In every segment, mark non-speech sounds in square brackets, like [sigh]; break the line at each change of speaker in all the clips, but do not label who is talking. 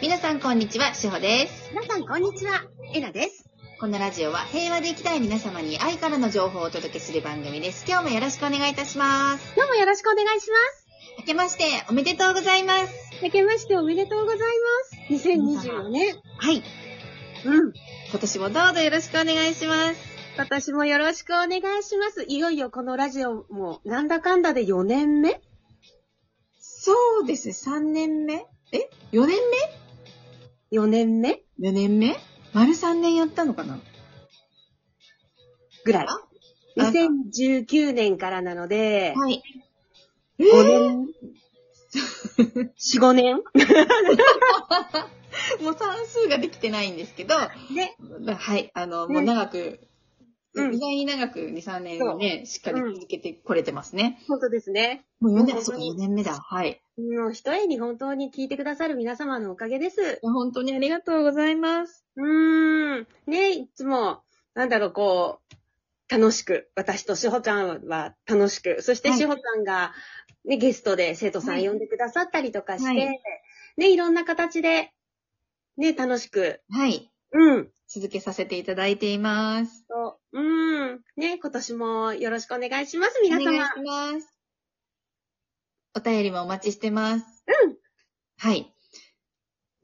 皆さんこんにちは、しほです。
皆さん、こんにちは。エナです。
このラジオは平和で生きたい皆様に愛からの情報をお届けする番組です。今日もよろしくお願いいたします。
どうもよろしくお願いしま
明けましておめでとうございます。
す。明けましておめでとうございます。2024年。
はい。
うん。
今年もどうぞよろしくお願いします。
今年もよろしくお願いします。いよいよこのラジオも、なんだかんだで4年目
そうですね、3年目え ?4 年
?4 年目
目 ?4 年目丸3年やったのかな
ぐらい
あ。
2019年からなので、
い。え
5
ー、
[laughs] 年 ?4、5年
もう算数ができてないんですけど、
で、
はい、あの、
ね
もう長く、
うん
意外に長く2、3年をね、しっかり続けてこれてますね。
本当ですね。
もう4
4年
年、そうか、4年目だ。はい。
もう一重に本当に聞いてくださる皆様のおかげです。
本当にありがとうございます。
うーん。ね、いつも、なんだろう、こう、楽しく、私としほちゃんは楽しく、そして
はい
しほちゃんが、ね、ゲストで生徒さん呼んでくださったりとかして、
はい
ね、いろんな形で、ね、楽しく、
はい。
うん。
続けさせていただいています。
とうん。ね、今年もよろしくお願いします、皆
お願
様。
いします。お便りもお待ちしてます。
うん。
はい。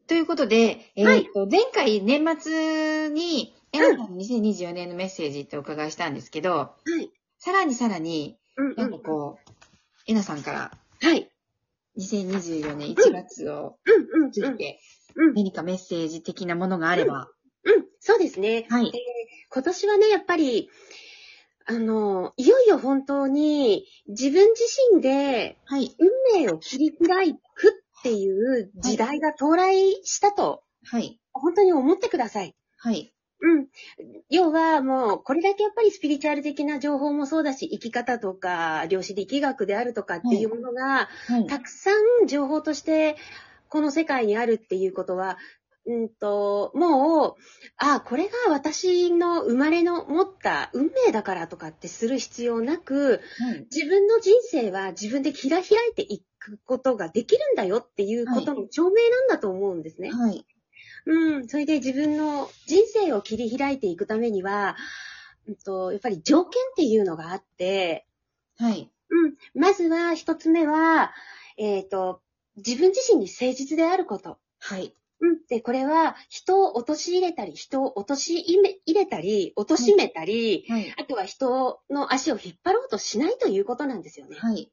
ということで、え
はい
ーと、前回年末に、え
うん
なさんの2024年のメッセージってお伺いしたんですけど、
はい。
さらにさらに、
うん、
なん
う
か
ん。
こう、えなさんから
はい。
2024年1月を
うん、うん、う
聞い
ん。
て、
うん
何かメッセージ的なものがあれば、
うん、そうですね。
はい。
今年はね、やっぱり、あの、いよいよ本当に自分自身で
はい。
運命を切り開くっていう時代が到来したと、
はい。
本当に思ってください。
はい。
うん。要はもう、これだけやっぱりスピリチュアル的な情報もそうだし、生き方とか、量子力学であるとかっていうものが、
はい。
たくさん情報として、この世界にあるっていうことは、うんと、もう、ああ、これが私の生まれの持った運命だからとかってする必要なく、
はい
自分の人生は自分で切ら開いていくことができるんだよっていうことの証明なんだと思うんですね。
はい。
うん。それで自分の人生を切り開いていくためには、うんと、やっぱり条件っていうのがあって、
はい。
うん。まずは一つ目は、えっ、と、自分自身に誠実であること。
はい。
うん。で、これは人を陥れたり、人を陥れたり、貶めたり、
はい。
あとは人の足を引っ張ろうとしないということなんですよね。
はい。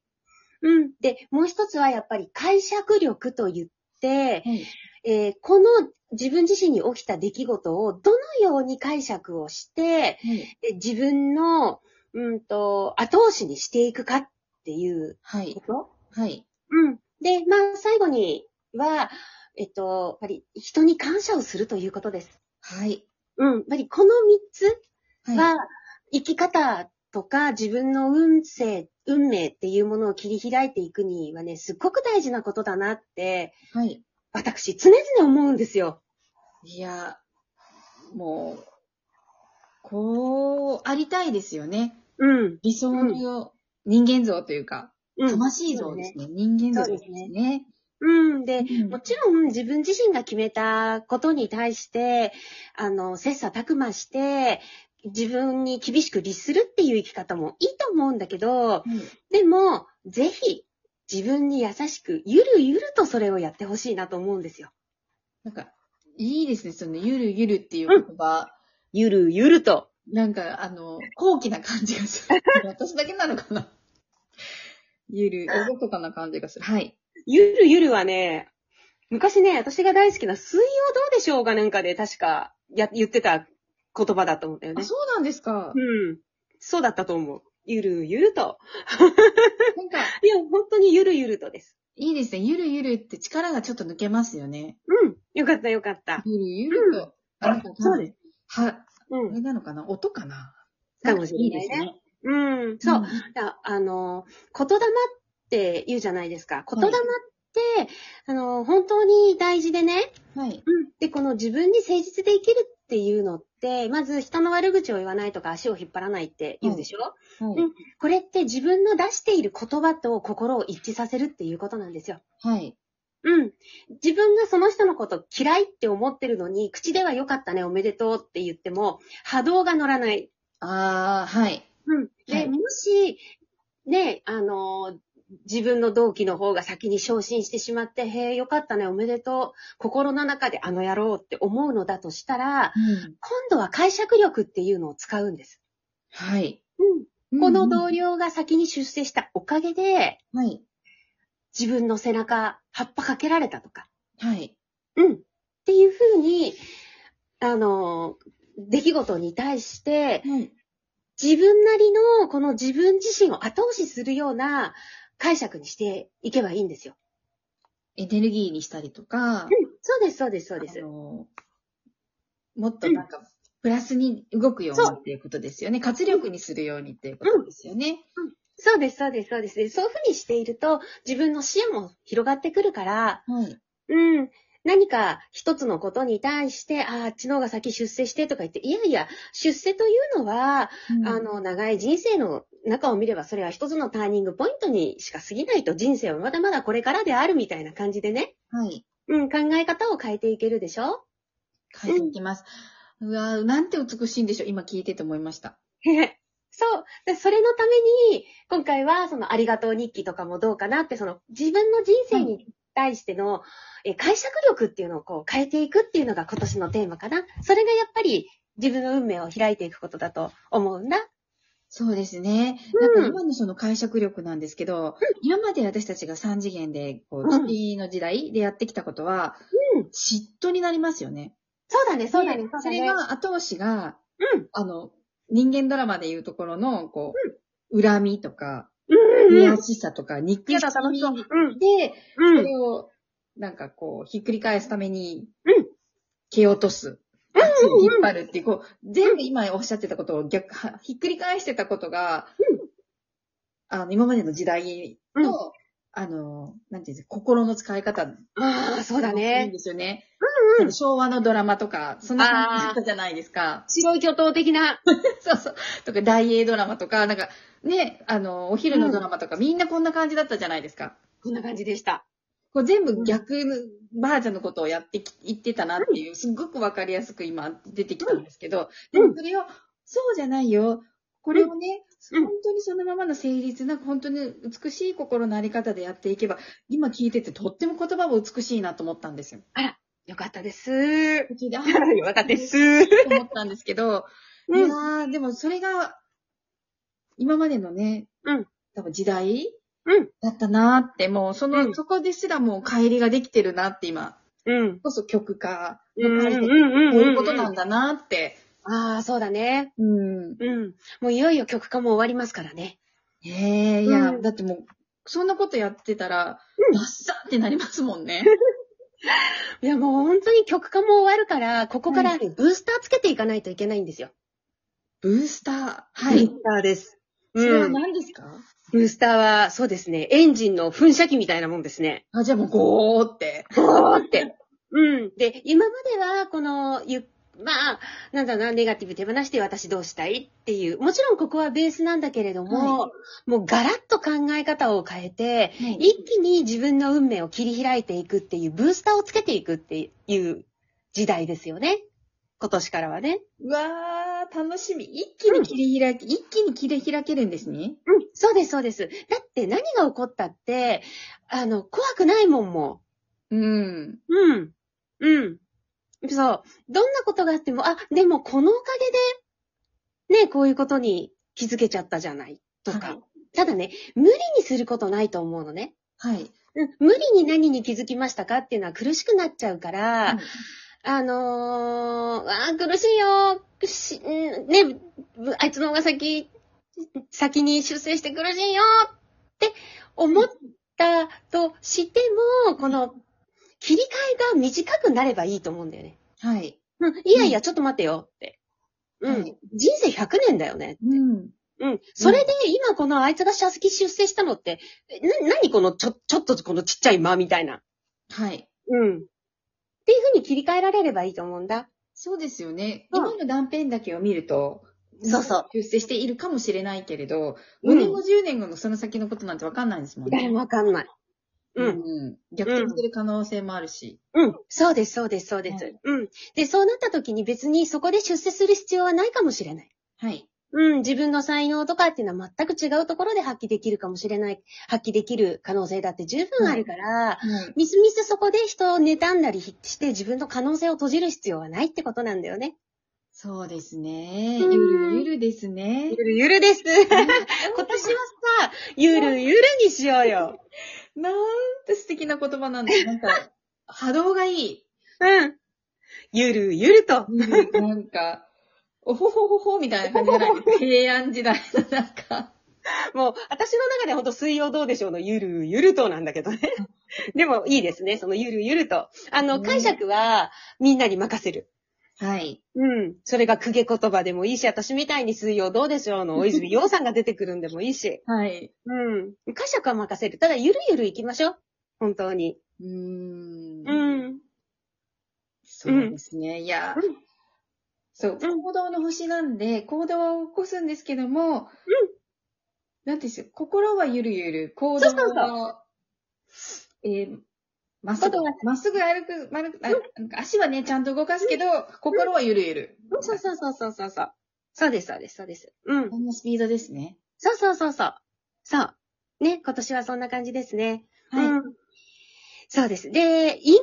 うん。で、もう一つはやっぱり解釈力と言って、
はい。
えーこの自分自身に起きた出来事をどのように解釈をして、で自分の、うんと、後押しにしていくかっていう
はい
こ。と。
はい。
うん。で、まあ、最後には、えっと、やっぱり人に感謝をするということです。
はい。
うん。やっぱりこの三つ
は
は、生き方とか自分の運勢、運命っていうものを切り開いていくにはね、すっごく大事なことだなって、
い。はい。
私、常々思うんですよ。
いや、もう、こう、ありたいですよね。
うん。
理想の人間像というか、
うん、
魂像ですね。人間像ですね。
うん。で、
うん
もちろん自分自身が決めたことに対して、あの、切磋琢磨して、自分に厳しく律するっていう生き方もいいと思うんだけど、でも、ぜひ、自分に優しく、ゆるゆるとそれをやってほしいなと思うんですよ。
なんか、いいですね。その、ゆるゆるっていう言葉。
ゆるゆると。
なんか、あの、高貴な感じがする。 [laughs] 私だけなのかな。ゆる、おごかな感じがする。はい。
ゆるゆるはね、昔ね、私が大好きな水曜どうでしょうがなんかで確かや言ってた言葉だと思ったよね
あ、。そうなんですか。
うん。そうだったと思う。ゆるゆると。
なんか、
いや、本当にゆるゆるとです。
いいですね。ゆるゆるって力がちょっと抜けますよね。
うん。よかったよかった。
ゆるゆると。あなんか。
そうです
は、
う
こ
ん。
れなのかな音かな
かもしれないね
ですね。
うん。そう。
ん。
だあの、言霊って言うじゃないですか。言霊って、あの、本当に大事でね。
はい。
うん。で、この自分に誠実で生きるっていうのって、まず人の悪口を言わないとか足を引っ張らないって言うでしょ、
は
うんこれって自分の出している言葉と心を一致させるっていうことなんですよ。
い。はい。
うん。自分がその人のこと嫌いって思ってるのに、口では良かったね、おめでとうって言っても、波動が乗らない。
ああ、はい。
うん。で、
はい
もし、ね、あの自分の同期の方が先に昇進してしまって、へえ、よかったね、おめでとう。心の中であの野郎って思うのだとしたら、
うん。
今度は解釈力っていうのを使うんです。
はい。
うん。この同
り。
僚が先に出世したおかげで、
はい。
自分の背中、葉っぱかけられたとか。
はい。
うん。っていうふうに、あの、出来事に対して、
はい。
自分なりの、この自分自身を後押しするような解釈にしていけばいいんですよ。
エネルギーにしたりとか、
うん。そうです、そうです、そうです
あ。のもっとなんか、プラスに動くようにっていうことですよね。活力にするようにっていうことですよね。
そうです、そうです、そうです。でそういうふうにしていると、自分の視野も広がってくるから、
はい。
うん。何か一つのことに対して、ああ、あっちの方が先出世してとか言って、いやいや、出世というのは、あの、長い人生の中を見れば、それは一つのターニングポイントにしか過ぎないと、人生はまだまだこれからであるみたいな感じでね、
はい。
うん、考え方を変えていけるでしょ
書いていきます。うわーなんて美しいんでしょう。今聞いてて思いました。
[laughs] そう。でそれのために、今回は、その、ありがとう日記とかもどうかなって、その、自分の人生に対しての、え解釈力っていうのをこう変えていくっていうのが今年のテーマかな。それがやっぱり、自分の運命を開いていくことだと思うんだ。
そうですね。
うん
なんか今のその解釈力なんですけど、今まで私たちが3次元で、こう、
うん
地球の時代でやってきたことは、
うん
嫉妬になりますよね。
そうだね、そうだね、そうだ
そ
ね。
れが後押しが、
うん
あの、人間ドラマでいうところの、こう、恨みとか、
うん、うん、うん
悔。しさとか、憎し
やだ、楽しそう。
み
うん、
で、
う
そ
ん。
れを、なんかこう、ひっくり返すために、
うん
蹴落とす。
うん
足
うんうん
を引っ張るっていう、こう、全部今おっしゃってたことを逆、はひっくり返してたことが、あの、今までの時代と、
うん
あの、なんていうんですか、心の使い方。
ああ、そうだ
いいん
ね。
ですよね。
う
そ
ん
の昭和のドラマとか、そんな感じだったじゃないですか。
白い巨頭的な。
そうそう。とか、大英ドラマとか、なんか、ね、あの、お昼のドラマとか、みんなこんな感じだったじゃないですか。
こんな感じでした。
こう全部逆のバージョンのことをやってき、言ってたなっていう、すっごくわかりやすく今出てきたんですけど、
う
で
ん
もそれを、そうじゃないよ。これをね、
うん
本当にそのままの誠実な、本当に美しい心のあり方でやっていけば、今聞いててとっても言葉も美しいなと思ったんですよ。
よかった [laughs] です。
聞いて、あ
よかったです。
と思ったんですけど、
うん
いやー、でもそれが、今までのね、
うん
多分時代
うん
だったなーって、もうその、
うん
そこですらもう帰りができてるなって今、
うん。
こそ曲化
う
の
んうん
解析、こ
うん
う
うん。
いうことなんだなーって。
ああ、そうだね。
うん。
うん。もういよいよ曲化も終わりますからね。
ええいや、
うん
だってもう、そんなことやってたら、
うん
バッサーってなりますもんね。
[laughs] いや、もう本当に曲化も終わるから、ここからね、ブースターつけていかないといけないんですよ。
ブースター。はい。
スターです。
それは
うん。
何ですか、
ブースターは、そうですね、エンジンの噴射機みたいなもんですね。
あ、じゃあもう、ゴーって。
ゴーって。うん。で、今までは、この、ゆ、まあ、なんだろうな、ネガティブ手放して私どうしたいっていう、もちろんここはベースなんだけれども、もうガラッと考え方を変えて、一気に自分の運命を切り開いていくっていう、ブースターをつけていくっていう時代ですよね。今年からはね。
うわー、楽しみ。一気に切り開き、一気に切り開けるんですね。
うん。そうです、そうです。だって何が起こったって、あの、怖くないもんも
うん。
う。うん。うん。そう。どんなことがあっても、あ、でもこのおかげで、ね、こういうことに気づけちゃったじゃない。とか。
はい
ただね、無理にすることないと思うのね。
はい。
うん無理に何に気づきましたかっていうのは苦しくなっちゃうから、
うん
あのー、あー苦しいよーし、んね、ぶあいつの方が先、先に出世して苦しいよーって思ったとしても、この、切り替えが短くなればいいと思うんだよね。
はい。
うん、いやいや、ちょっと待ってよって。うん、
はい
人生100年だよね。
うん。
うん。それで、今このあいつが社席出世したのって、えな、何このちょ、ちょっとこのちっちゃい間みたいな。
はい。
うん。っていう風に切り替えられればいいと思うんだ。
そうですよね。
うん
今の断片だけを見ると、
そうそう。
出世しているかもしれないけれど、
う
5
ん
年後、10年後のその先のことなんてわかんないですもん
誰
ね。
もわかんない。うん。
逆転する可能性もあるし。
うん。そうです、そうです、そうです。
はい
うん。で、そうなった時に別にそこで出世する必要はないかもしれない。
はい。
うん、自分の才能とかっていうのは全く違うところで発揮できるかもしれない。発揮できる可能性だって十分あるから、
はい。
みすみすそこで人を妬んだりして自分の可能性を閉じる必要はないってことなんだよね。
そうですね。
うん
ゆるゆるですね
[laughs] ゆ。るゆるです。今年はさ、ゆるゆるにしようよ。
なんて素敵な言葉なんだ。なん
[laughs]
か、波動がいい。
うん。ゆるゆると。
なんか、おほほほほみたいな感じじゃ
[laughs]
ないですか。平安時代のなんか。
もう、私の中でほんと水曜どうでしょうのゆるゆるとなんだけどね。でもいいですね、そのゆるゆると。あの、
ね
解釈はみんなに任せる。
はい。
うん。それが公家言葉でもいいし、私みたいに水曜どうでしょうの大泉洋さんが出てくるんでもいいし。
はい。
うん。解釈は任せる。ただ、ゆるゆる行きましょう。本当に。
うーん。
うん。
そうですね。いや
うん、
そう、
うん
行動の星なんで、行動を起こすんですけども、なんていうんですよ、心はゆるゆる、行動
そうそう
は、えーまっすぐ
行動は、
まっすぐ歩く、まるあなんか足はね、ちゃんと動かすけど、心はゆるゆる。
そうそうそうそうそうそう。そうです、そうです、そうです。うん。
こんなスピードですね。
そうそうそうそう。そう。ね、今年はそんな感じですね。
はい。
うんそうです。で、い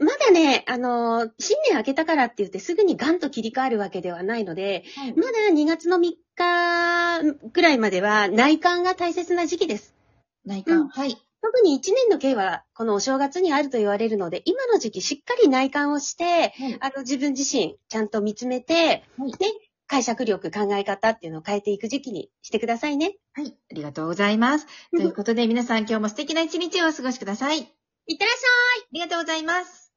まだね、あのー新年明けたからって言ってすぐにガンと切り替わるわけではないので、
はい
まだ2月の3日くらいまでは内観が大切な時期です。
内観、
うん
はい。
特に1年の刑はこのお正月にあると言われるので、今の時期しっかり内観をして、
はい
あの自分自身ちゃんと見つめて、
はい
ね、解釈力、考え方っていうのを変えていく時期にしてくださいね。
はい。ありがとうございます。ということで、皆さん今日も素敵な一日をお過ごしください。いっ
いってらっしゃい
ありがとうございます。